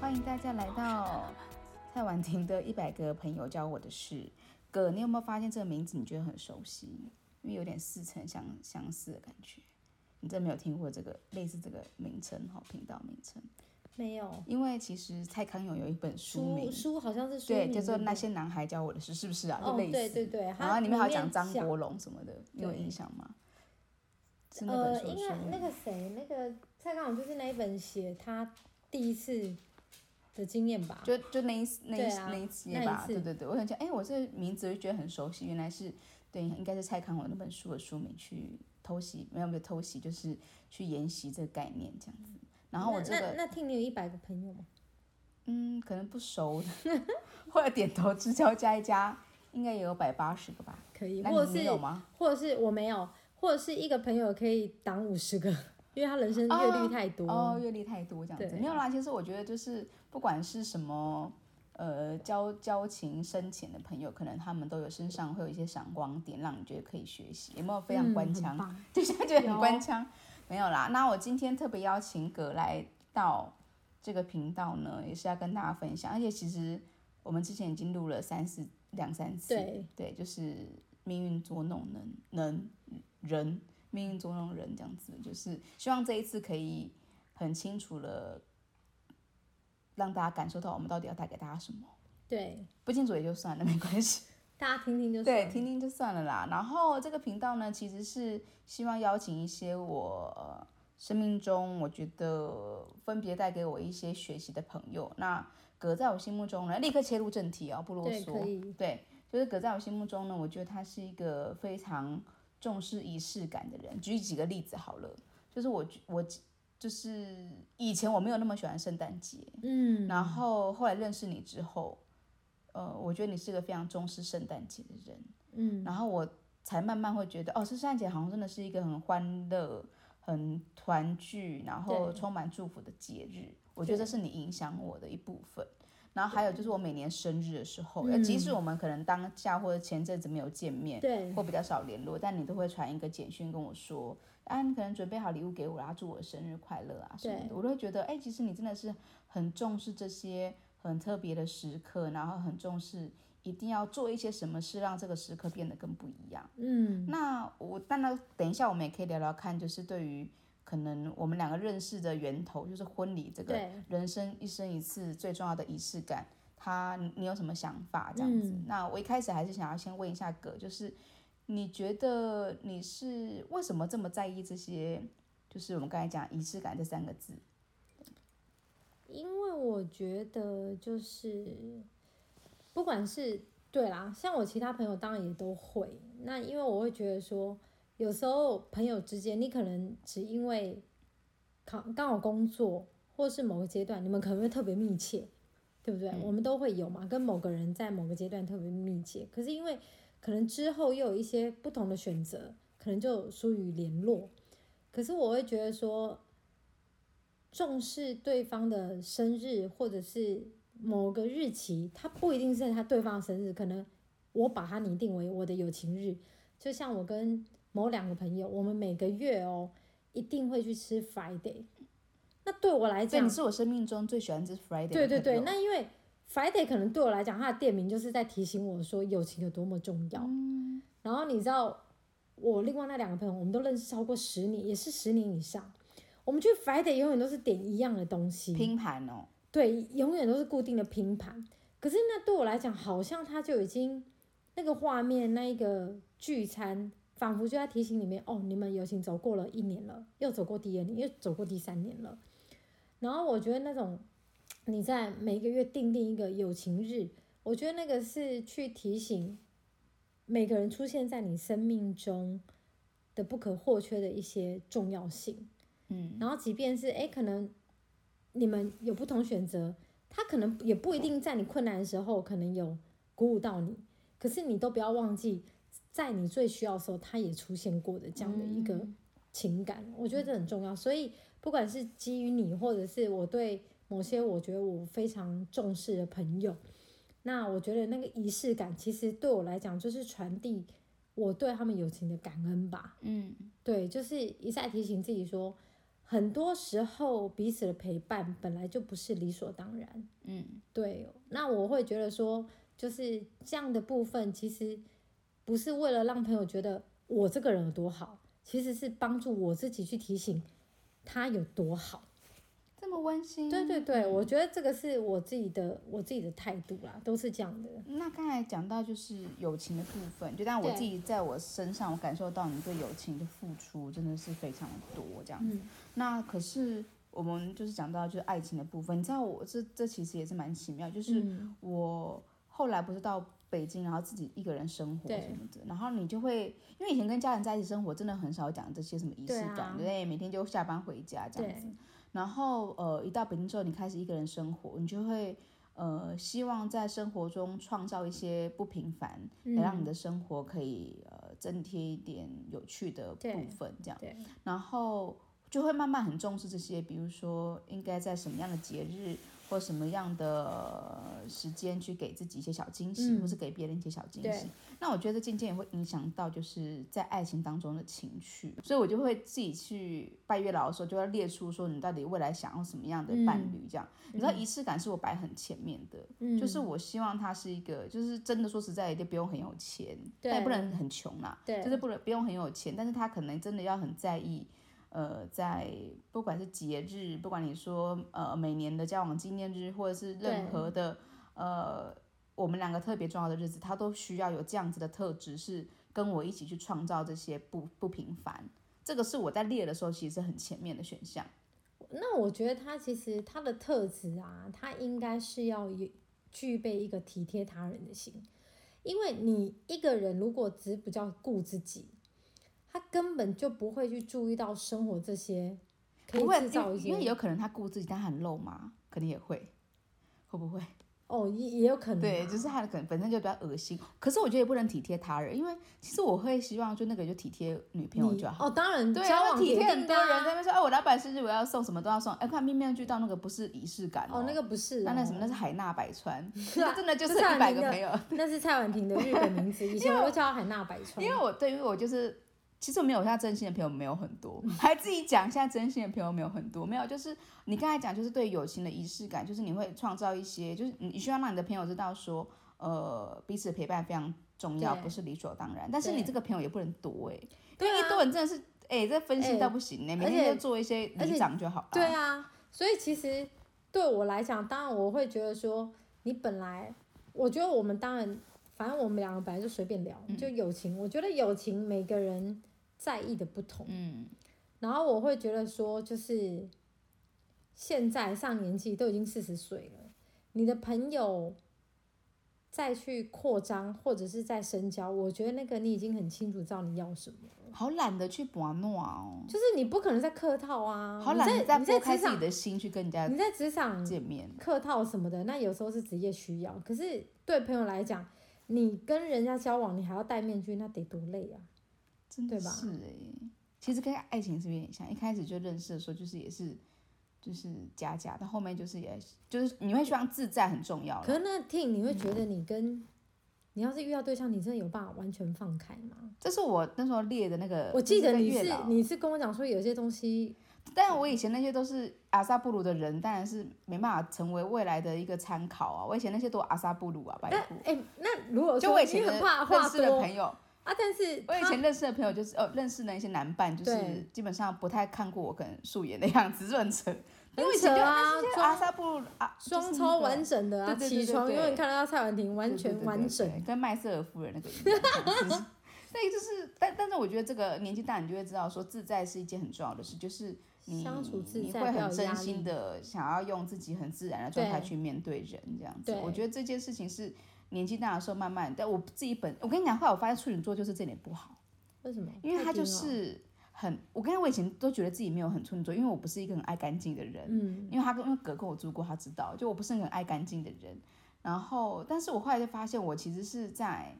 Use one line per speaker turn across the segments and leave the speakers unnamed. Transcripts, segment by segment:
欢迎大家来到蔡婉婷的一百个朋友教我的事。哥，你有没有发现这个名字你觉得很熟悉？因为有点似曾相相似的感觉。你真的没有听过这个类似这个名称哈，频道名称。
没有
因为其实蔡康永有一本书名
书，书好像是书
对，
名
叫做《
不
那些男孩教我的事》，是不是啊？就
哦，
类似。
对对对，
然后里面还有讲张
国，
国荣什么的，你有
对
印象吗？是那本
呃，
书的
应
书
该那
名。
个谁，那个蔡康永就是那一本写他第一次的经验吧，
就就那一那一、
啊对啊
那一集
那一
吧，
次
对对对，我想讲，哎，我这名字就觉得很熟悉，原来是对，应该是蔡康永那本书的书名去偷袭，没有没有偷袭，就是去沿袭这个概念这样子。然后我这
那
个
那那听你有一百个朋友吗？
嗯，可能不熟的，或者点头之交加一加，应该也有百八十个吧？
可以，
那
或
你
者
你
是
有吗？
或者是我没有，或者是一个朋友可以挡五十个， 因为他人生阅历太多。
哦，阅历太多这样子，
对
没有啦。其实我觉得就是不管是什么，呃，交交情深浅的朋友，可能他们都有身上会有一些闪光点，让你觉得可以学习，有没有非常
嗯
官腔？就像觉得很官腔，没有啦。那我今天特别邀请葛来到这个频道呢，也是要跟大家分享，而且其实我们之前已经录了三四两三次，
对
对，就是命运捉弄人人人，命运捉弄人这样子，就是希望这一次可以很清楚了，让大家感受到我们到底要带给大家什么。
对，
不清楚也就算了，没关系。
大家听听就
对，
是。
听听就算了啦。然后这个频道呢，其实是希望邀请一些我、呃生命中我觉得分别带给我一些学习的朋友。那葛在我心目中呢，立刻切入正题啊、不啰
对，可
嗦。
以。
对，就是葛在我心目中呢，我觉得他是一个非常重视仪式感的人。举几个例子好了，就是我我就是以前我没有那么喜欢圣诞节，
嗯，
然后后来认识你之后，呃，我觉得你是个非常重视圣诞节的人。
嗯，
然后我才慢慢会觉得，哦，圣诞节好像真的是一个很欢乐、很团聚，然后
对
充满祝福的节日。我觉得这是你影响我的一部分。然后还有就是我每年生日的时候，呃即使我们可能当下或者前阵子没有见面，
对
或比较少联络，但你都会传一个简讯跟我说，啊，你可能准备好礼物给我啦，祝我生日快乐啊什么的，
对
我都会觉得，哎、其实你真的是很重视这些很特别的时刻，然后很重视一定要做一些什么事，让这个时刻变得更不一样。
嗯，
那我当然等一下我们也可以聊聊看，就是对于可能我们两个认识的源头，就是婚礼这个
对，
人生一生一次最重要的仪式感，他你你有什么想法这样子？
嗯
那我一开始还是想要先问一下葛，就是你觉得你是为什么这么在意这些？就是我们刚才讲仪式感这三个字，
因为我觉得就是，不管是对啦，像我其他朋友当然也都会。那因为我会觉得说，有时候朋友之间，你可能只因为考刚好工作或是某个阶段，你们可能会特别密切，对不对？我们都会有嘛，跟某个人在某个阶段特别密切。可是因为可能之后又有一些不同的选择，可能就疏于联络。可是我会觉得说，重视对方的生日或者是某个日期，它不一定是他对方的生日，可能我把它拟定为我的友情日。就像我跟某两个朋友，我们每个月哦一定会去吃 Friday。那对我来
所以你
讲，
是我生命中最喜欢吃 Friday 的
对对
朋
对，
友
那因为 Friday 可能对我来讲，它的店名就是在提醒我说友情有多么重要。
嗯
然后你知道，我另外那两个朋友，我们都认识超过十年，也是十年以上。我们去 Friday 永远都是点一样的东西，
拼盘哦，
对，永远都是固定的拼盘。可是那对我来讲，好像它就已经那个画面，那一个聚餐，仿佛就在提醒里面，哦，你们友情走过了一年了，又走过第二年，又走过第三年了。然后我觉得那种你在每个月定定一个友情日，我觉得那个是去提醒每个人出现在你生命中的不可或缺的一些重要性。
嗯，
然后即便是诶，可能你们有不同选择，他可能也不一定在你困难的时候可能有鼓舞到你，可是你都不要忘记，在你最需要的时候，他也出现过的这样的一个情感，我觉得这很重要。所以不管是基于你，或者是我对某些我觉得我非常重视的朋友，那我觉得那个仪式感其实对我来讲就是传递我对他们友情的感恩吧。
嗯，
对，就是一再提醒自己说，很多时候彼此的陪伴本来就不是理所当然。
嗯，
对，那我会觉得说，就是这样的部分，其实不是为了让朋友觉得我这个人有多好，其实是帮助我自己去提醒他有多好。
这么温馨。
对对对，我觉得这个是我自己的我自己的态度啦，都是这样的。
那刚才讲到就是友情的部分，就但我
对
自己在我身上，我感受到你对友情的付出真的是非常的多这样子。
嗯
那可是我们就是讲到就是爱情的部分，你知道我这这其实也是蛮奇妙，就是
嗯
我后来不是到北京，然后自己一个人生活
对
什么的，然后你就会因为以前跟家人在一起生活，真的很少讲这些什么仪式
对啊
感，对，每天就下班回家这样
对
子。然后呃，一到北京之后，你开始一个人生活，你就会呃，希望在生活中创造一些不平凡，
嗯
来让你的生活可以呃增添一点有趣的部
对
分，这样。
嗯对
然后就会慢慢很重视这些，比如说应该在什么样的节日或什么样的时间去给自己一些小惊喜，或
嗯
是给别人一些小惊
对
喜。那我觉得渐渐也会影响到就是在爱情当中的情绪，所以我就会自己去拜月老的时候，就要列出说你到底未来想要什么样的伴
嗯
侣，这样。你知道
嗯
仪式感是我摆很前面的，
嗯
就是我希望他是一个，就是真的说实在，一定不用很有钱，
对
但也不能很穷啦，
对
就是不能不用很有钱，但是他可能真的要很在意，呃，在不管是节日，不管你说呃每年的交往纪念日，或者是任
对
何的呃我们两个特别重要的日子，他都需要有这样子的特质，是跟我一起去创造这些不不平凡。这个是我在列的时候，其实是很前面的选项。
那我觉得他其实他的特质啊，他应该是要有具备一个体贴他人的心，因为你一个人如果只比较顾自己，他根本就不会去注意到生活这些，可以
不会，
制
因
造一
为
些
因为有可能他顾自己，但他很肉麻，肯定也会，会不会？
哦，也也有可能、
对，就是他可能本身就比较恶心，可是我觉得也不能体贴他人，因为其实我会希望就那个就体贴女朋友
你
就好。
哦，当然
对，啊
交
要
往
体贴
铁
很
定
多
的
人
啊
在那边说，哎，我老板生日我要送什么都要送，哎，看面面俱到那个不是仪式感
哦，那个不是、哦，
那那什么那是海纳百川，
是啊
真的就
这
是
是
一百
你
个
的
朋友。
那是蔡婉婷的日本 名字，以前我都叫她海纳百川
因。为我对于我就是，其实没有像真心的朋友没有很 多，还自己讲一下真心的朋友没有很多，没有就是你刚才讲就是对友情的仪式感，就是你会创造一些，就是你你需要让你的朋友知道说，呃，彼此的陪伴非常重要，
对
不是理所当然。但是你
对
这个朋友也不能多哎、欸，
对
因为一
啊，
多你真的是哎、欸这分心
哎
到不行呢、欸，每
而且
天就做一些
而且
里长就好了。
对啊，所以其实对我来讲，当然我会觉得说，你本来，我觉得我们当然，反正我们两个本来就随便聊，就友情。我觉得友情每个人在意的不同，
嗯，
然后我会觉得说，就是现在上年纪都已经四十岁了，你的朋友再去扩张或者是再深交，我觉得那个你已经很清楚知道你要什么了。
好懒得去玩弄啊哦，
就是你不可能再客套啊，
好
你
懒得再
你在
拨开
职
自己
场，
的心去跟人家
你在职场
见面。
客套什么的，那有时候是职业需要，可是对朋友来讲，你跟人家交往，你还要戴面具，那得多累啊！
真的
对吧
是哎、其实跟爱情是不是有点像，一开始就认识的时候就是也是就是假假，到后面就是也就是你会希望自在很重要
可
了。
是那听你会觉
嗯
得你跟、你要是遇到对象，你真的有办法完全放开吗？
这是我那时候列的那个，
我记得
呃就是
你
跟
是
月老，
你是跟我讲说有些东西，
但我以前那些都是阿萨布鲁的人，当然是没办法成为未来的一个参考啊。我以前那些都阿萨布鲁啊，拜
那
托。
哎、那如果
就
说
我以
你
前的
很怕
认
话
识的
多
朋友，
啊，但是
我以
他
前认识的朋友就是哦，认识的一些男伴，就是
对
基本上不太看过我跟素颜的样子，润成。因为以
很
前
扯
就
啊，
就是阿
妆
萨布鲁啊，就是
妆
那
超
个
完整的啊，
对对对对
起床
对
永远看到蔡婉婷完
对对
全
对
完
对
整，
对跟麦瑟尔夫人那个一样。就是 对，就是，但但是我觉得这个年纪大，你就会知道说自在是一件很重要的事，就是你
相处自
嗯你
在
会
不要
很
有
真
压
心
力
的想要用自己很自然的状态
对
去面对人，这样子。我
对
觉得这件事情是年纪大的时候慢慢，但我自己本我跟你讲，后来我发现处女座就是这点不好，
为什么？
因为
太
他就
低了
是很，我跟我以前都觉得自己没有很处女座，因为我不是一个很爱干净的人，
嗯，
因为他跟因为葛跟我住过，他知道，就我不是很爱干净的人。然后，但是我后来就发现，我其实是在，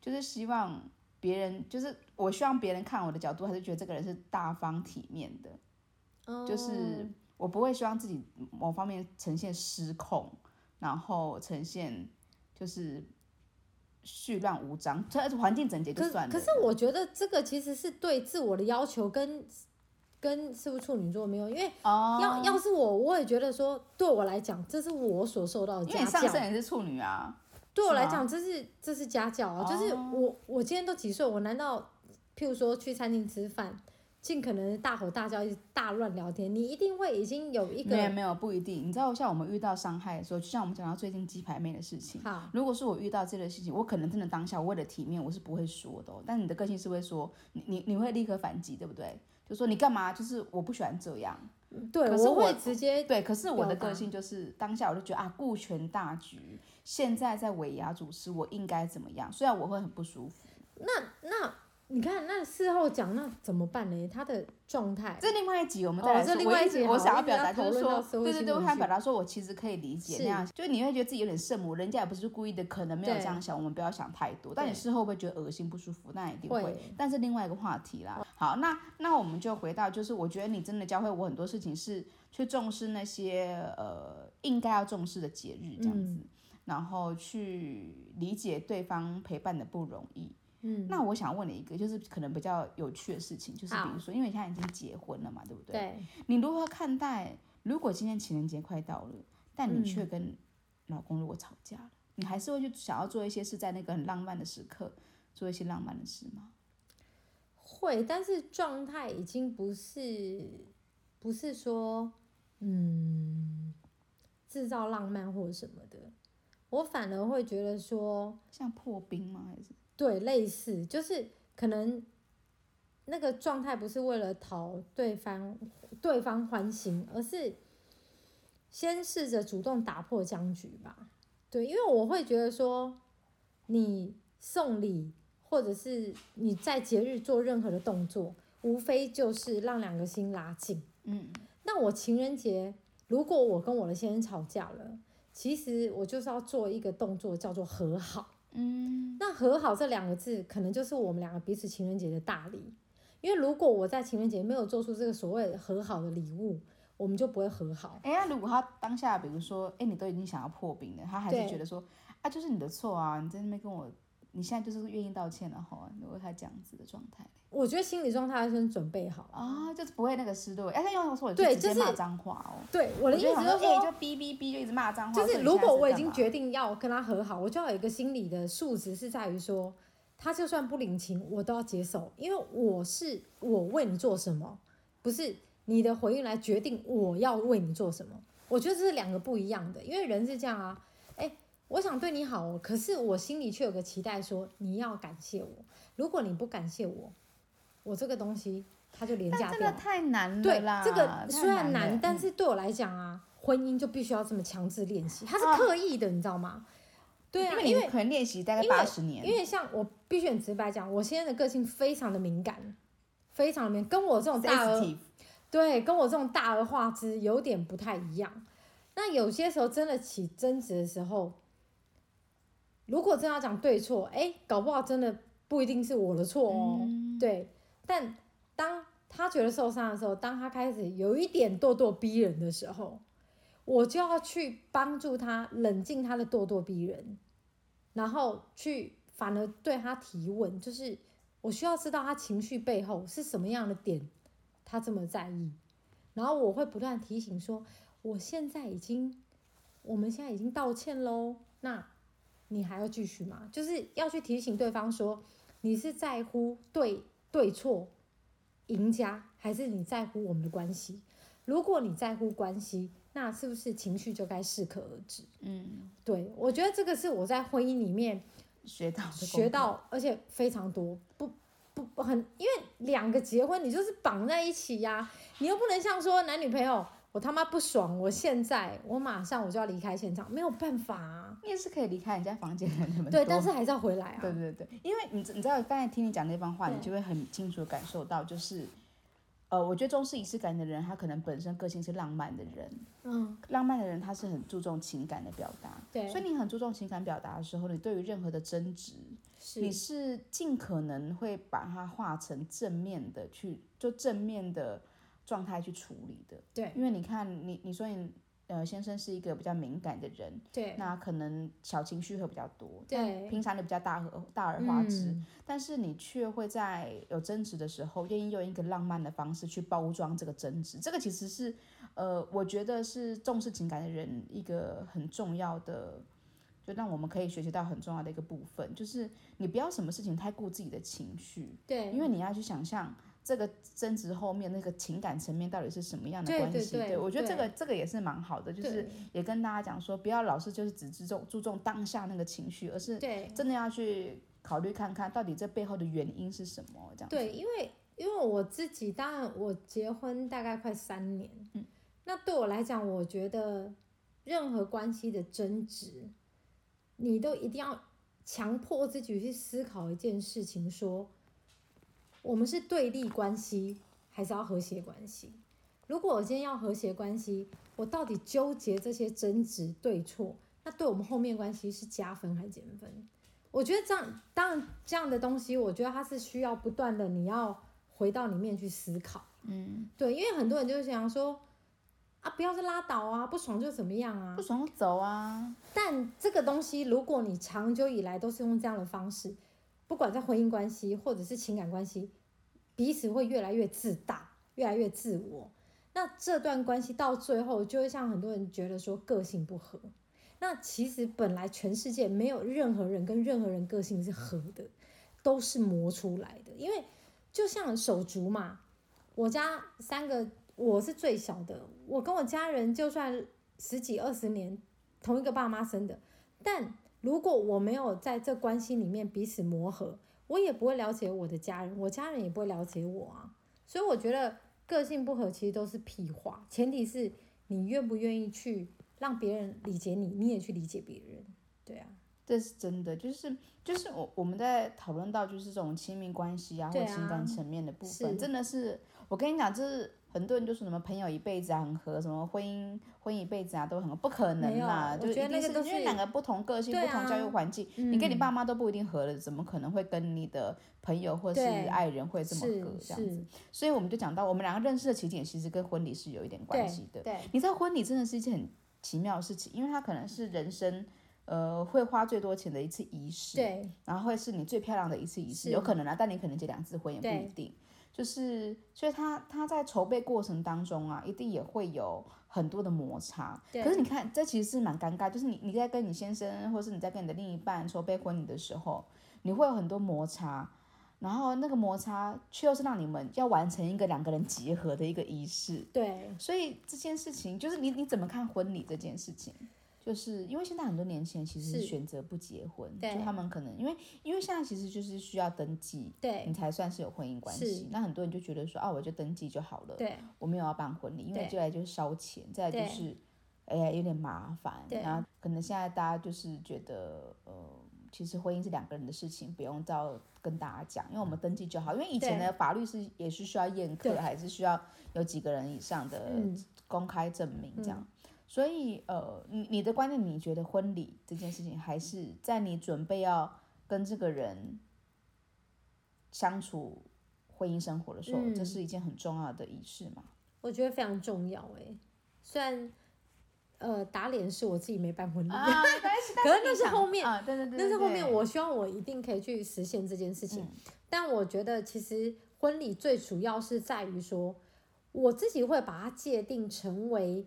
就是希望别人，就是我希望别人看我的角度，还是觉得这个人是大方体面的，
哦嗯
就是我不会希望自己某方面呈现失控，然后呈现就是絮乱无章，这环境整洁就
可
算了。
可是我觉得这个其实是对自我的要求跟跟是不是处女座没有，因为
哦，
要、要是我，我也觉得说对我来讲，这是我所受到的
因为
家
你上
教
升。也是处女啊，
对我
是
来
吗
讲，这是这是家教啊，就是
哦
我我今天都几岁，我难道譬如说去餐厅吃饭，尽可能大吼大叫、一直大乱聊天，你一定会已经有一
没有
个
没有不一定。你知道，像我们遇到伤害的时候，就像我们讲到最近鸡排妹的事情，
好
如果是我遇到这类事情，我可能真的当下我为了体面，我是不会说的哦、但你的个性是会说，你你你会立刻反击，对不对？就说你干嘛？就是我不喜欢这样。
对，
嗯可是我
会直接
对，可是我的
表达
个性就是当下我就觉得啊，顾全大局，现在在尾牙主持，我应该怎么样？虽然我会很不舒服，
那你看那事后讲那怎么办呢？他的状态
这另外一集我们
哦
再来
这
说。
另
我
外一
直
集好
我想要
我一直
表
要
达就
讨
是
论到
说，
社会
对对
新
对，我
闻
想
系
表达说我其实可以理解
是
那样，就是你会觉得自己有点圣母，人家也不是故意的，可能没有
对
这样想，我们不要想太多。但你
对
事后会不会觉得恶心不舒服？那一定
会哦
会。但是另外一个话题啦。好，那那我们就回到，就是我觉得你真的教会我很多事情是去重视那些呃应该要重视的节日这样
嗯
子，然后去理解对方陪伴的不容易。
嗯，
那我想问你一个，就是可能比较有趣的事情，就是比
好
如说，因为你现在已经结婚了嘛，对不对？
对。
你如何看待？如果今天情人节快到了，但你
嗯
却跟老公如果吵架了，你还是会去想要做一些事，在那个很浪漫的时刻做一些浪漫的事吗？
会，但是状态已经不是不是说嗯制造浪漫或什么的，我反而会觉得说，
像破冰吗？还是
对，类似就是可能那个状态不是为了讨对方对方欢心，而是先试着主动打破僵局吧。对，因为我会觉得说，你送礼或者是你在节日做任何的动作，无非就是让两个心拉近。
嗯，
那我情人节如果我跟我的先生吵架了，其实我就是要做一个动作叫做和好。
嗯，
那和好这两个字，可能就是我们两个彼此情人节的大礼。因为如果我在情人节没有做出这个所谓和好的礼物，我们就不会和好。
哎、那如果他当下，比如说，哎、你都已经想要破冰了，他还
对
是觉得说，啊，就是你的错啊，你在那边跟我，你现在就是愿意道歉了哈，如果他这样子的状态
我觉得心理状态要先准备好
啊，就是不会那个失落，哎、他用我说我就
对
直接
就是
骂脏话哦。
对，我的意思
就
就
想
是
哎
说，
就哔哔哔，就一直骂脏话。
就
所以
是
你
如
现在
果我已
干
经
嘛
决定要跟他和好，我就要有一个心理的素质是在于说，他就算不领情，我都要接受，因为我是我为你做什么，不是你的回应来决定我要为你做什么。我觉得这是两个不一样的，因为人是这样啊，哎，我想对你好哦，可是我心里却有个期待说你要感谢我，如果你不感谢我，我这个东西它就廉价
但真
掉
的
了。
太难了
对
啦。，
这个
太
虽然
难
难
了，
但
嗯
是对我来讲啊，婚姻就必须要这么强制练习，它是
啊
刻意的，你知道吗？对啊，
因为
因
你
为
可能练习大概
因为
八十年，
因为像我必须很直白讲，我现在的个性非常的敏感，非常的敏感，跟我这种大而
sensitive
对，跟我这种大而化之有点不太一样。那有些时候真的起争执的时候，如果真的要讲对错，哎，搞不好真的不一定是我的错哦。
嗯
对，但当他觉得受伤的时候，当他开始有一点咄咄逼人的时候，我就要去帮助他冷静他的咄咄逼人，然后去反而对他提问，就是我需要知道他情绪背后是什么样的点，他这么在意，然后我会不断提醒说，我现在已经，我们现在已经道歉喽，那你还要继续吗？就是要去提醒对方说，你是在乎对对错、赢家，还是你在乎我们的关系？如果你在乎关系，那是不是情绪就该适可而止？
嗯，
对我觉得这个是我在婚姻里面
学到的功
学
课
到，而且非常多，不不不很，因为两个结婚你就是绑在一起呀、你又不能像说男女朋友，我他妈不爽，我现在我马上我就要离开现场，没有办法啊，
你也是可以离开人家房间的，你们
对，
多
但是还是要回来啊，
对对对，因为你知你知道刚才听你讲那番话，你
对
就会很清楚地感受到，就是，呃，我觉得重视仪式感的人，他可能本身个性是浪漫的人，
嗯，
浪漫的人他是很注重情感的表达，
对
所以你很注重情感表达的时候，你对于任何的争执，你
是，
是尽可能会把它化成正面的去，就正面的状态去处理的。
对
因为你看，你你说你呃先生是一个比较敏感的人，
对
那可能小情绪会比较多，
对，嗯
平常你比较大而大而化之，但是你却会在有争执的时候，愿意用一个浪漫的方式去包装这个争执。这个其实是，呃，我觉得是重视情感的人一个很重要的，就让我们可以学习到很重要的一个部分，就是你不要什么事情太顾自己的情绪，
对，
因为你要去想象这个争执后面那个情感层面到底是什么样的
对
关
对
系。
对
我觉得这
对
个这个也是蛮好的，就是
对
也跟大家讲说，不要老是就是只注重注重当下那个情绪，而是
对
真的要去考虑看看到底这背后的原因是什么，这样子
对，因为因为我自己，当然我结婚大概快三年，嗯，那对我来讲，我觉得任何关系的争执，你都一定要强迫自己去思考一件事情说我们是对立关系，还是要和谐关系？如果我今天要和谐关系，我到底纠结这些争执对错，那对我们后面关系是加分还是减分？我觉得这样，当然这样的东西，我觉得它是需要不断的，你要回到里面去思考。嗯，对，因为很多人就是想说，啊，不要是拉倒啊，不爽就怎么样啊
不，爽就走啊，
但这个东西，如果你长久以来都是用这样的方式，不管在婚姻关系或者是情感关系，彼此会越来越自大，越来越自我。那这段关系到最后，就会像很多人觉得说个性不合。那其实本来全世界没有任何人跟任何人个性是合的，都是磨出来的。因为就像手足嘛，我家三个，我是最小的，我跟我家人就算十几二十年，同一个爸妈生的，但如果我没有在这关系里面彼此磨合，我也不会了解我的家人，我家人也不会了解我啊。所以我觉得个性不合其实都是屁话，前提是你愿不愿意去让别人理解你，你也去理解别人。对啊，
这是真的，就是就是我我们在讨论到就是这种亲密关系啊或
对啊
情感层面的部
是
分，真的是我跟你讲，就是很多人就说什么朋友一辈子啊很合，什么婚姻婚姻一辈子啊都很合，不可能啦，
没有
就
我
一
觉得
定
那个都
因为
是
两个不同个性、
对
不
啊
同教育环境，你跟你爸妈都不一定合了，怎么可能会跟你的朋友或是
对
爱人会这么
是
合这样子？
是，
所以我们就讲到，我们两个认识的起点其实跟婚礼是有一点关系的
对。对
你知道婚礼真的是一件很奇妙的事情，因为它可能是人生呃会花最多钱的一次仪式，
对
然后会是你最漂亮的一次仪式，
是
有可能啊，但你可能结两次婚也不一
对
定。就是，所以他他在筹备过程当中啊，一定也会有很多的摩擦。
对
可是你看，这其实是蛮尴尬，就是你你在跟你先生，或是你在跟你的另一半筹备婚礼的时候，你会有很多摩擦，然后那个摩擦却又是让你们要完成一个两个人结合的一个仪式。
对
所以这件事情就是你你怎么看婚礼这件事情？就是因为现在很多年轻人其实是
是
选择不结婚，
对
就他们可能因为因为现在其实就是需要登记，
对
你才算是有婚姻关
是
系。那很多人就觉得说啊，我就登记就好了，
对
我没有要办婚礼，因为
对
再来就是烧钱，再来就
对
是哎呀有点麻烦，
对
然后可能现在大家就是觉得呃。其实婚姻是两个人的事情，不用照跟大家讲，因为我们登记就好。因为以前
对
的法律是也是需要验客，
对
还是需要有几个人以上的
嗯
公开证明这样。所以呃，你你的观点，你觉得婚礼这件事情，还是在你准备要跟这个人相处婚姻生活的时候，这
嗯
是一件很重要的仪式嘛？
我觉得非常重要诶、虽然呃打脸是我自己没办婚礼。
啊，没关 系，但
可是那
你
是
想
后面
啊，对对对，
但是
对
后面
对嗯
我希望我一定可以去实现这件事情。但我觉得其实婚礼最主要是在于说，我自己会把它界定成为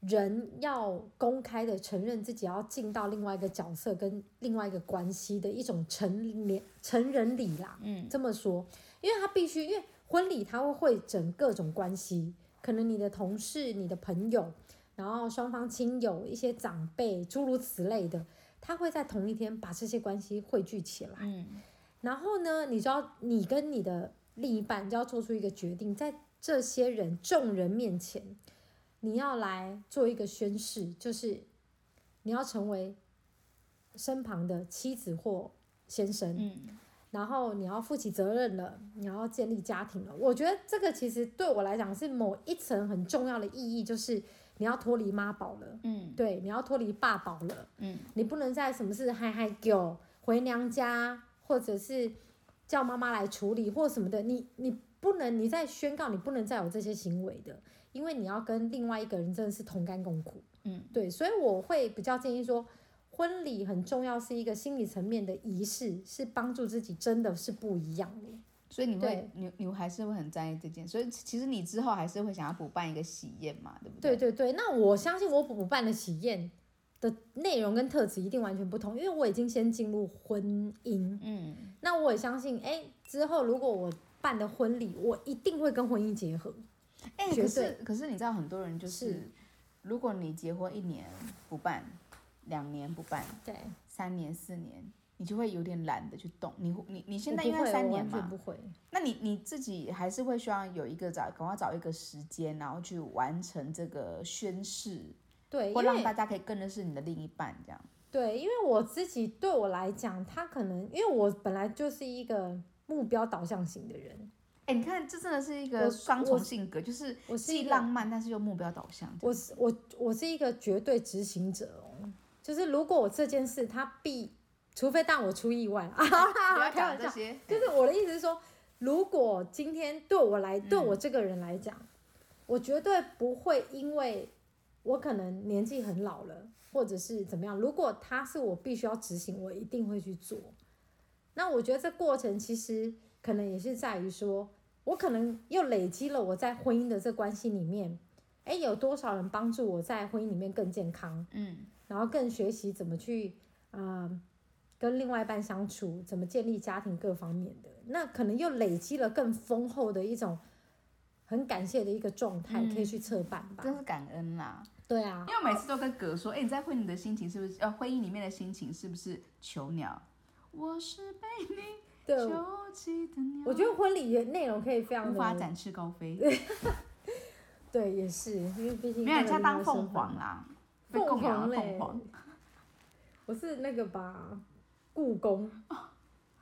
人要公开的承认自己要进到另外一个角色跟另外一个关系的一种成年成人礼啦。嗯，这么说，因为他必须，因为婚礼他会会整各种关系，可能你的同事、你的朋友。然后双方亲友、一些长辈，诸如此类的，他会在同一天把这些关系汇聚起来。
嗯
然后呢，你就要你跟你的另一半就要做出一个决定，在这些人众人面前，你要来做一个宣誓，就是你要成为身旁的妻子或先生，
嗯，
然后你要负起责任了，你要建立家庭了。我觉得这个其实对我来讲是某一层很重要的意义，就是你要脱离妈宝了，
嗯，
对，你要脱离爸宝了，
嗯，
你不能再什么事嗨嗨狗回娘家，或者是叫妈妈来处理或什么的，你你不能，你在宣告你不能再有这些行为的，因为你要跟另外一个人真的是同甘共苦，
嗯，
对，所以我会比较建议说，婚礼很重要是一个心理层面的仪式，是帮助自己真的是不一样的。
所以你会
对，
你你还是会很在意这件，所以其其实你之后还是会想要补办一个喜宴嘛，对不
对
对
对对，那我相信我补办的喜宴的内容跟特质一定完全不同，因为我已经先进入婚姻，
嗯，
那我也相信，哎，之后如果我办的婚礼，我一定会跟婚姻结合。
哎、
绝
可是可是你知道很多人就是，
是
如果你结婚一年不办，两年不办，
对，
三年四年，你就会有点懒得去动。你你你现
我
在
不
因为
会
三
我
年
完全
嘛
不，会。
那你你自己还是会需要有一个找，赶快找一个时间，然后去完成这个宣誓，
对，
或
因
让
为
大家可以更认识你的另一半，这样。
对，因为我自己对我来讲，他可能因为我本来就是一个目标导向型的人，
哎、你看，这真的是一
我
个双重
我
性格，就是
我是一
既
个
浪漫，但是又目标导向。
我是我我是一个绝对执行者哦，就是如果我这件事他必，除非但我出意外啊，
不要
开
讲
玩
这
笑，
些，
就是我的意思是说，如果今天对我来对我这个人来讲，我绝对不会因为我可能年纪很老了，或者是怎么样，如果他是我必须要执行，我一定会去做。那我觉得这过程其实可能也是在于说，我可能又累积了我在婚姻的这关系里面，诶，有多少人帮助我在婚姻里面更健康？
嗯，
然后更学习怎么去啊、呃跟另外一半相处，怎么建立家庭各方面的，那可能又累积了更丰厚的一种很感谢的一个状态，
嗯
可以去侧办吧。
真是感恩啦。
对啊
因，为我每次都跟葛说，哎、你在婚礼的心情是不是？呃，婚姻里面的心情是不是囚鸟？我是被
对，
囚禁的鸟。
我觉得婚礼也内容可以非常
无法
的，
展翅高飞，
对，也是因为毕竟
没有人家
他们
当
的身
凤
份
凰，啊啦，被
凤
供养
凰欸
的
嘞
凤凰。，
我是那个吧，故 宫，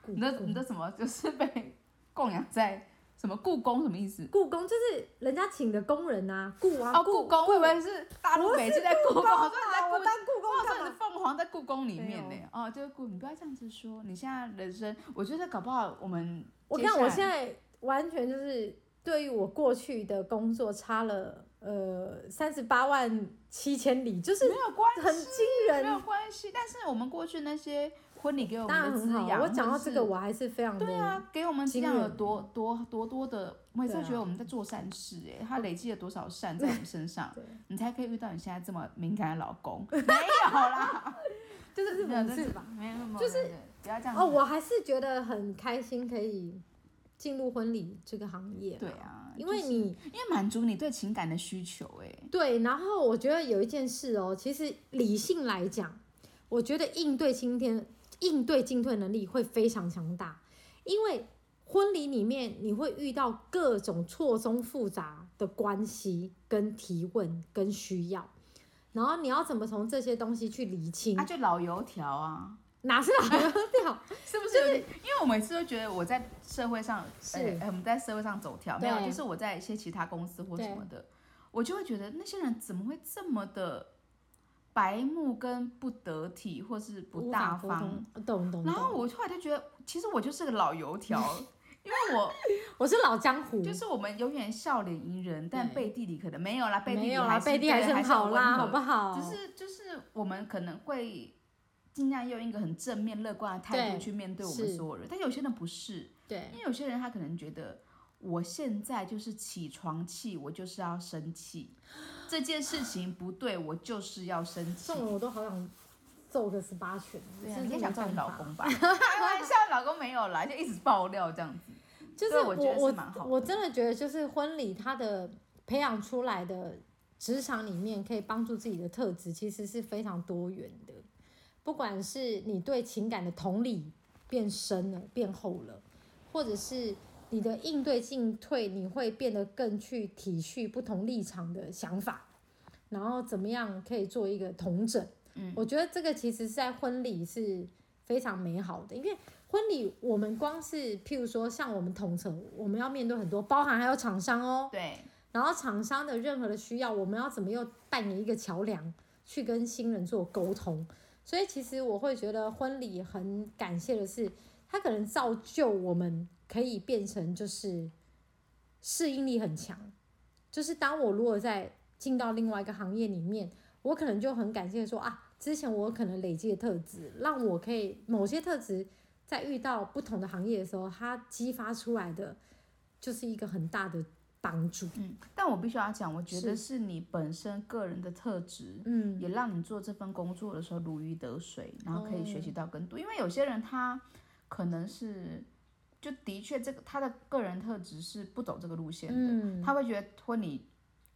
故
你的你
宫，
的什么就是被供养在什么故宫什么意思？
故宫就是人家请的工人啊，故啊，
哦，故宫，我以为是大陆北京在故宫，我说你在
啊，我
故
当故宫
哇，
干
说
嘛
你是？凤凰在故宫里面
没
呢，哦，就是故，你不要这样子说，你现在人生，我觉得搞不好我们，
我看我现，在完全就是对于我过去的工作差了呃三十八万七千里，就是
没有关
很
系，
惊
没有
人。
关系，但是我们过去那些婚礼给我
当然
们的
很
滋
好，
养，
我讲
或
到
者
这
是
个，我还是非常的
对啊，给我们滋
惊
养了
人
多多多多的，我每次
对
都
啊
觉得我们在做善事，哎，他累积了多少善在我们身上
对，
你才可以遇到你现在这么敏感的老公，啊没有啦，
就是
没有
讽刺吧。？
没有没有没有，就是不要这样子
哦，我还是觉得很开心，可以进入婚礼这个行业。
对，啊，
因
就
为
是
你
因为满足你对情感的需求，哎，
对，然后我觉得有一件事哦，其实理性来讲，我觉得应对今天应对进退能力会非常强大，因为婚礼里面你会遇到各种错综复杂的关系、跟提问、跟需要，然后你要怎么从这些东西去厘清？
啊，就老油条啊，
哪是老油条？
是不是有点？因为我每次都觉得我在社会上，
是
哎哎我们在社会上走跳，没
对
有，就是我在一些其他公司或什么的，我就会觉得那些人怎么会这么的白目跟不得体，或是不
无
大
法沟
方？
通，懂懂
然后
懂，
我后来就觉得，其实我就是个老油条， 因为我
我是老江湖，
就是我们永远笑脸迎人，但
对
背地里可能没有啦，背地
没
里
有啦，
还是
背地
对还
是很好啦，
温
好
和
不好？
只是就是我们可能会尽量用一个很正面乐观的态度
对
去面对我们
是
所有人，但有些人不是，
对
因为有些人他可能觉得我现在就是起床气，我就是要生气，这件事情不对，我就是要生气
这。种我都好想揍个十八拳。
对啊，
真
你也
的没
想揍你
办
老
法
公 吧？开玩笑，老公没有啦，就一直爆料这样子。
就是
对啊
我
我觉得是
我
蛮好的
我真的觉得就是婚礼它的培养出来的职场里面可以帮助自己的特质，其实是非常多元的。不管是你对情感的同理变深了、变厚了，或者是你的应对进退，你会变得更去体恤不同立场的想法，然后怎么样可以做一个同整。
嗯，
我觉得这个其实是在婚礼是非常美好的，因为婚礼我们光是譬如说像我们同城，我们要面对很多，包含还有厂商哦，
对，
然后厂商的任何的需要，我们要怎么又扮演一个桥梁去跟新人做沟通？所以其实我会觉得婚礼很感谢的是，它可能造就我们可以变成就是适应力很强，就是当我如果在进到另外一个行业里面，我可能就很感谢说啊，之前我可能累积的特质，让我可以某些特质在遇到不同的行业的时候，它激发出来的就是一个很大的帮助。
嗯，但我必须要讲，我觉得是你本身个人的特质，
嗯，
也让你做这份工作的时候如鱼得水，然后可以学习到更多。因为有些人他可能是，就的确这个他的个人特质是不走这个路线的，
嗯
他会觉得婚礼，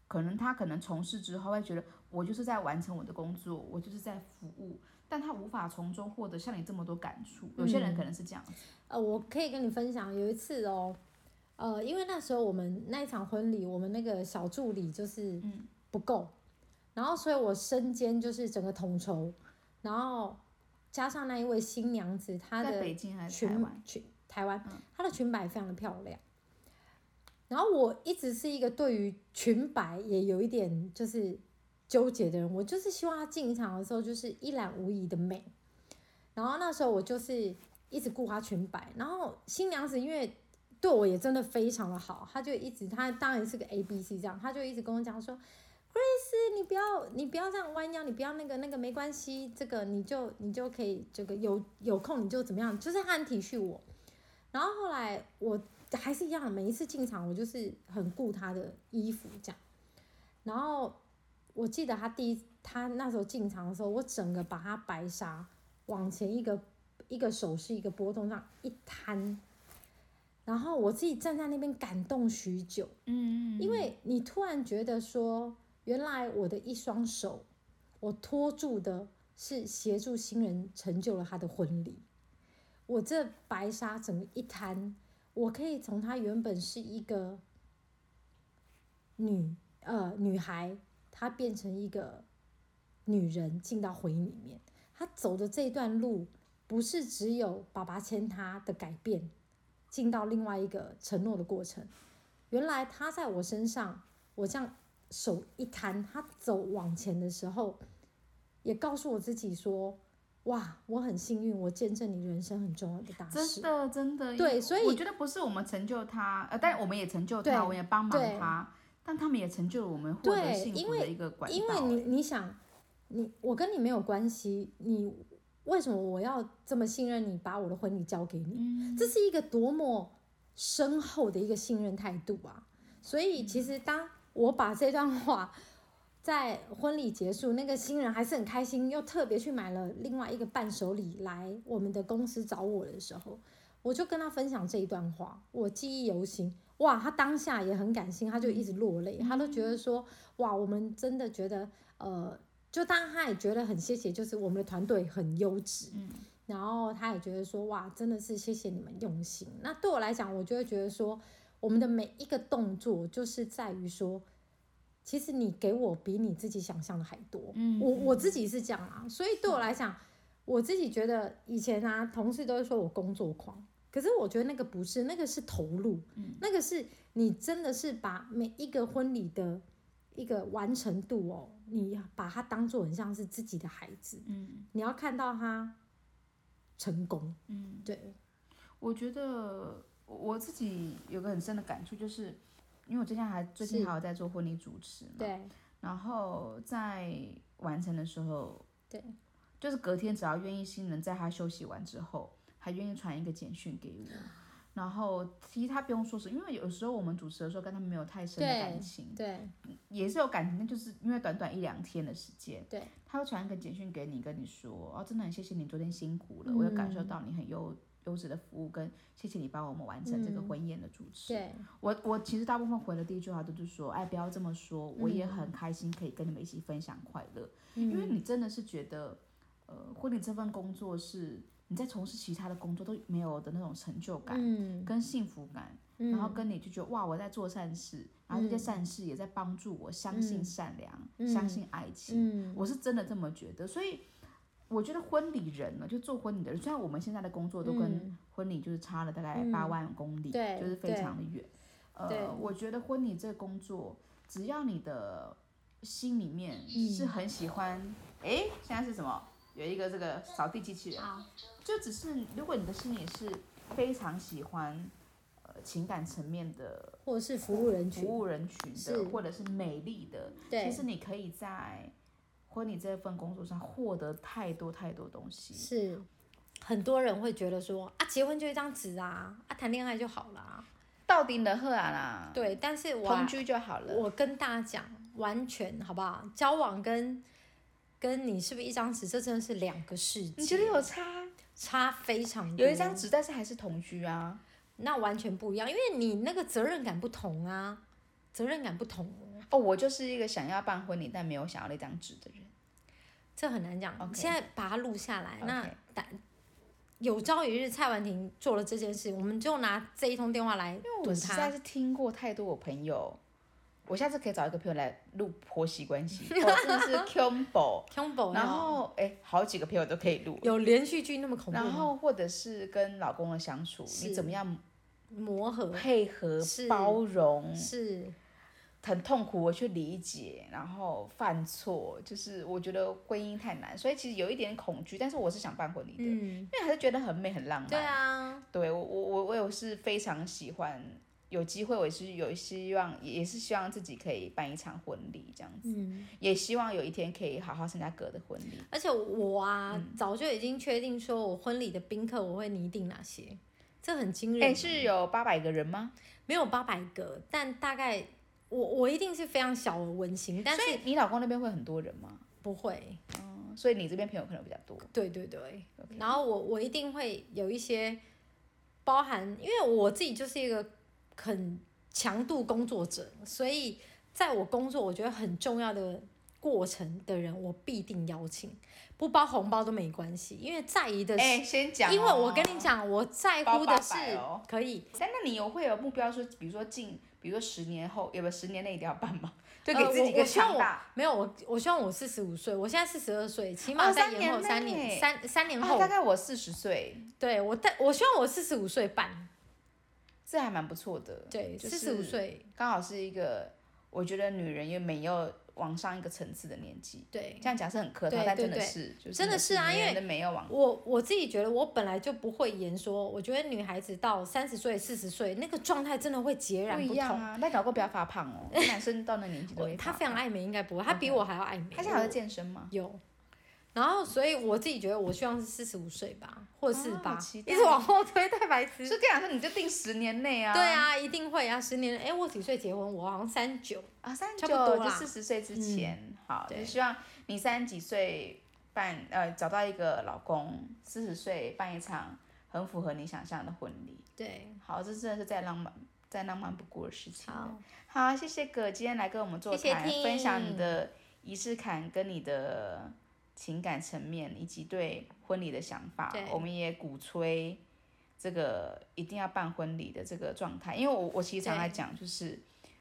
可能他可能从事之后会觉得我就是在完成我的工作，我就是在服务，但他无法从中获得像你这么多感触。有些人可能是这样子，
呃，我可以跟你分享，有一次哦，呃，因为那时候我们那一场婚礼，我们那个小助理就是
嗯
不够，然后所以我身兼就是整个统筹，然后加上那一位新娘子，她
在
的
北京还是台
裙
湾，
裙台湾
嗯，
她的裙摆非常的漂亮。然后我一直是一个对于裙摆也有一点就是纠结的人，我就是希望她进场的时候就是一览无遗的美。然后那时候我就是一直顾她裙摆，然后新娘子因为对我也真的非常的好，她就一直她当然是个 A B C 这样，她就一直跟我讲说，Grace 你不要你不要这样弯腰，你不要那个那个没关系，这个你就你就可以这个有有空你就怎么样，就是她很体恤我。然后后来我还是一样，每一次进场我就是很顾她的衣服这样。然后我记得她第一她那时候进场的时候，我整个把她白纱往前一个一个手势一个波动这样一摊。然后我自己站在那边感动许久，
嗯
因为你突然觉得说，原来我的一双手，我托住的是协助新人成就了他的婚礼。我这白纱整个一摊，我可以从她原本是一个女呃女孩，她变成一个女人进到婚姻里面。她走的这段路，不是只有爸爸牵她的改变，进到另外一个承诺的过程。原来他在我身上，我这样手一摊，他走往前的时候，也告诉我自己说：“哇，我很幸运，我见证你人生很重要的大
真
事。
的真的，
对
因为
所以
我觉得不是我们成就他，呃，但我们也成就
对
他，我们也帮忙
对
他，但他们也成就了我们获得
对
幸
因
福
为
的一个管道。
因为你你想，你我跟你没有关系，你为什么我要这么信任你，把我的婚礼交给你？
嗯
这是一个多么深厚的一个信任态度啊！所以其实当我把这段话在婚礼结束，那个新人还是很开心，又特别去买了另外一个伴手礼来我们的公司找我的时候，我就跟他分享这一段话，我记忆犹新。哇，他当下也很感性，他就一直落泪，他都觉得说，哇，我们真的觉得，呃，就当然他也觉得很谢谢，就是我们的团队很优质，
嗯
然后他也觉得说，哇，真的是谢谢你们用心。那对我来讲，我就会觉得说，我们的每一个动作就是在于说，其实你给我比你自己想象的还多。
嗯
我我自己是这样啊，所以对我来讲，我自己觉得以前啊，同事都会说我工作狂，可是我觉得那个不是，那个是投入，
嗯
那个是你真的是把每一个婚礼的一个完成度哦，你把它当做很像是自己的孩子，
嗯
你要看到他成功，
嗯，
对，
我觉得我我自己有个很深的感触，就是因为我之前还最近
是
还有在做婚礼主持嘛，
对，
然后在完成的时候，
对，
就是隔天只要愿意新人在他休息完之后，还愿意传一个简讯给我，然后其实他不用说什么，因为有时候我们主持的时候跟他们没有太深的
对
感情，
对，
也是有感情，但就是因为短短一两天的时间，
对，
他会传一个简讯给你，跟你说，哦，真的很谢谢你昨天辛苦了，我有感受
嗯
到你很优优质的服务，跟谢谢你帮我们完成这个婚宴的主持。
对，
我我其实大部分回的第一句话都是说，哎，不要这么说，我也很开心可以跟你们一起分享快乐，
嗯
因为你真的是觉得，呃，婚礼这份工作是你在从事其他的工作都没有的那种成就感、
嗯，
跟幸福感，
嗯
然后跟你就觉得哇，我在做善事，然后这些善事也在帮助我相信善良，相信爱情。
嗯，
我是真的这么觉得，所以我觉得婚礼人呢，就做婚礼的人，虽然我们现在的工作都跟
嗯
婚礼就是差了大概
嗯
八万公里，
对
就是非常的远。
对
呃，我觉得婚礼这个工作，只要你的心里面
嗯
是很喜欢，诶，现在是什么？有一个这个扫地机器人，
好，
就只是如果你的心里是非常喜欢，呃，情感层面的
或者是服务人群，
服务人群
是
的，或者是美丽的，其
对，
实你可以在婚礼这份工作上获得太多太多东西。
是很多人会觉得说啊，结婚就一张纸啊，啊，谈恋爱就好了啊。
到底能喝啊啦，
对，但是我
同居就好了。
我跟大家讲，完全好不好？交往跟跟你是不是一张纸，这真的是两个世界，
你觉得有差？
差非常多。
有一张纸，但是还是同居啊。
那完全不一样，因为你那个责任感不同啊，责任感不同，
哦，我就是一个想要办婚礼但没有想要那张纸的人。
这很难讲。
OK
现在把它录下来，那
OK
有朝一日蔡婉婷做了这件事，我们就拿这一通电话来
因为
堵
我实在
她。
是听过太多我朋友，我下次可以找一个朋友来录婆媳关 系，我真的是 combo，
Combo，
然后哎、好几个朋友都可以录，
有连续剧那么恐怖吗，
然后或者是跟老公的相处，
是
你怎么样
磨合
配合
是、
包容，
是
很痛苦我去理解，然后犯错，就是我觉得婚姻太难，所以其实有一点恐惧，但是我是想办婚礼的，
嗯，
因为还是觉得很美很浪漫，
对啊，
对我我我我也是非常喜欢，有机会我也是有希望，也是希望自己可以办一场婚礼这样子，
嗯，
也希望有一天可以好好参加哥的婚礼。
而且我啊，
嗯
早就已经确定说我婚礼的宾客我会拟定哪些，这很惊人。
哎、是有八百个人吗？
没有八百个，但大概我我一定是非常小而温馨，但是
所以你老公那边会很多人吗？
不会。
嗯，所以你这边朋友可能比较多。
对对对然后我我一定会有一些包含，因为我自己就是一个很强度工作者，所以在我工作我觉得很重要的过程的人，我必定邀请，不包红包都没关系，因为在意的是。
哎、先讲、
因为我跟你，讲，我在乎的是
包800哦
可以，
但那你有会有目标说，比如说近，比如说十年后，有没有十年内一定要办吗？ 就给
呃
自己一
我
个
我希望
强大。
没有我，我希望我四十五岁，我现在四十二岁，起
哦
码再
三
延后
年
三
内
年，三三年
哦
后，
大概我四十岁，
对我但我希望我四十五岁半，
这还蛮不错的。
对，
就
四十五
是
岁，
刚好是一个我觉得女人也没有往上一个层次的年纪。
对
这样讲是很客套
对，
但
对
真的
对
是，就是
真的是啊因为
为没有往
我我自己觉得我本来就不会言说，我觉得女孩子到三十岁、四十岁那个状态真的会 截然
一
不
样
同。
啊。但老公不要发胖 哦，男生到那年纪都
我
会
她
发
非常
胖。
爱美，应该不会，她比
OK
我还要爱美。
他现在还在健身吗？
有。然后，所以我自己觉得，我希望是四十五岁吧，或者四十
啊好
八，
期
一
待
直往后推，太白痴
所以。跟你讲说，你就定十年内啊。
嗯对啊，一定会啊！十年，哎，我几岁结婚？我好像三九，
啊，三
差
九
不多
就
啦嗯
四十岁之前，好，就
对
希望你三十几岁办呃找到一个老公，四十岁办一场很符合你想象的婚礼。
对，
好，这真的是再浪漫再浪漫不过的事情了
好。，
好，谢谢葛今天来跟我们座
谢谢
谈，
听
分享你的仪式感跟你的情感层面，以及对婚礼的想法
对。
我们也鼓吹这个一定要办婚礼的这个状态，因为我我其实常
对
来讲，就是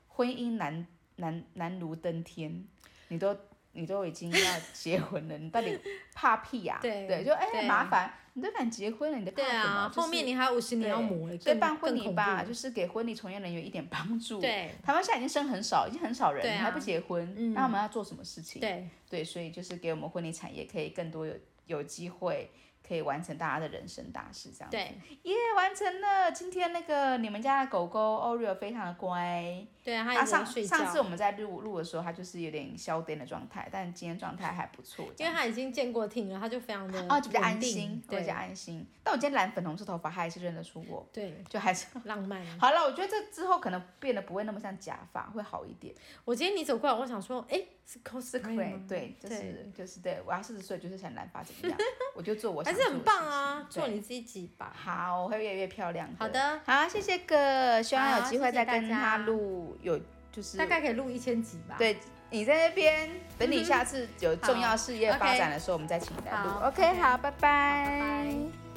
婚姻难难难如登天，你都。你都已经 要结婚了，你到底怕屁呀、
对
就哎、
对
麻烦，你都敢结婚了，你的怕
对
什么？
啊，
就是
后面你还有五十年要磨，
所以
更
办婚
更
礼
恐
吧，
怖
就是给婚礼从业人员一点帮助。
对
台湾现在已经生很少，已经很少人，
对啊
还不结婚，
嗯
那我们要做什么事情？
对
对所以就是给我们婚礼产业可以更多有有机会，可以完成大家的人生大事这样。，
对
耶、完成了！今天那个你们家的狗狗 Oreo 非常的乖，
对啊，他
它
一直在
上
睡
上次
觉
我，们在录录的时候，它就是有点消癫的状态，但今天状态还不错，这
因为
样
他已经见过听了，他就非常的
哦就比较安
稳定
心，会比较
对
安心。但我今天染粉红色头发，它还是认得出我，
对，
就还是。
浪漫。
好了，我觉得这之后可能变得不会那么像假发，会好一点。
我今天你走过来，我想说，哎，是
是
cosplay
对
吗？
对，就是就是对，我要四十岁就是想染发怎么样，我就做我
还
想
是
做
很
的
棒
事
啊，
情
做
对
你自己吧。
好，我会越来越漂亮
好。的，
好，谢谢哥，希望有
好
机会
谢谢
再
大
跟
家
他录，有就是
大概可以录一千集吧。
对你在那边，等
嗯
你
哼
下次有重
好
要事业发
，OK
展的时候，我们再请你来录。
好
OK，
，OK
好，拜拜
拜。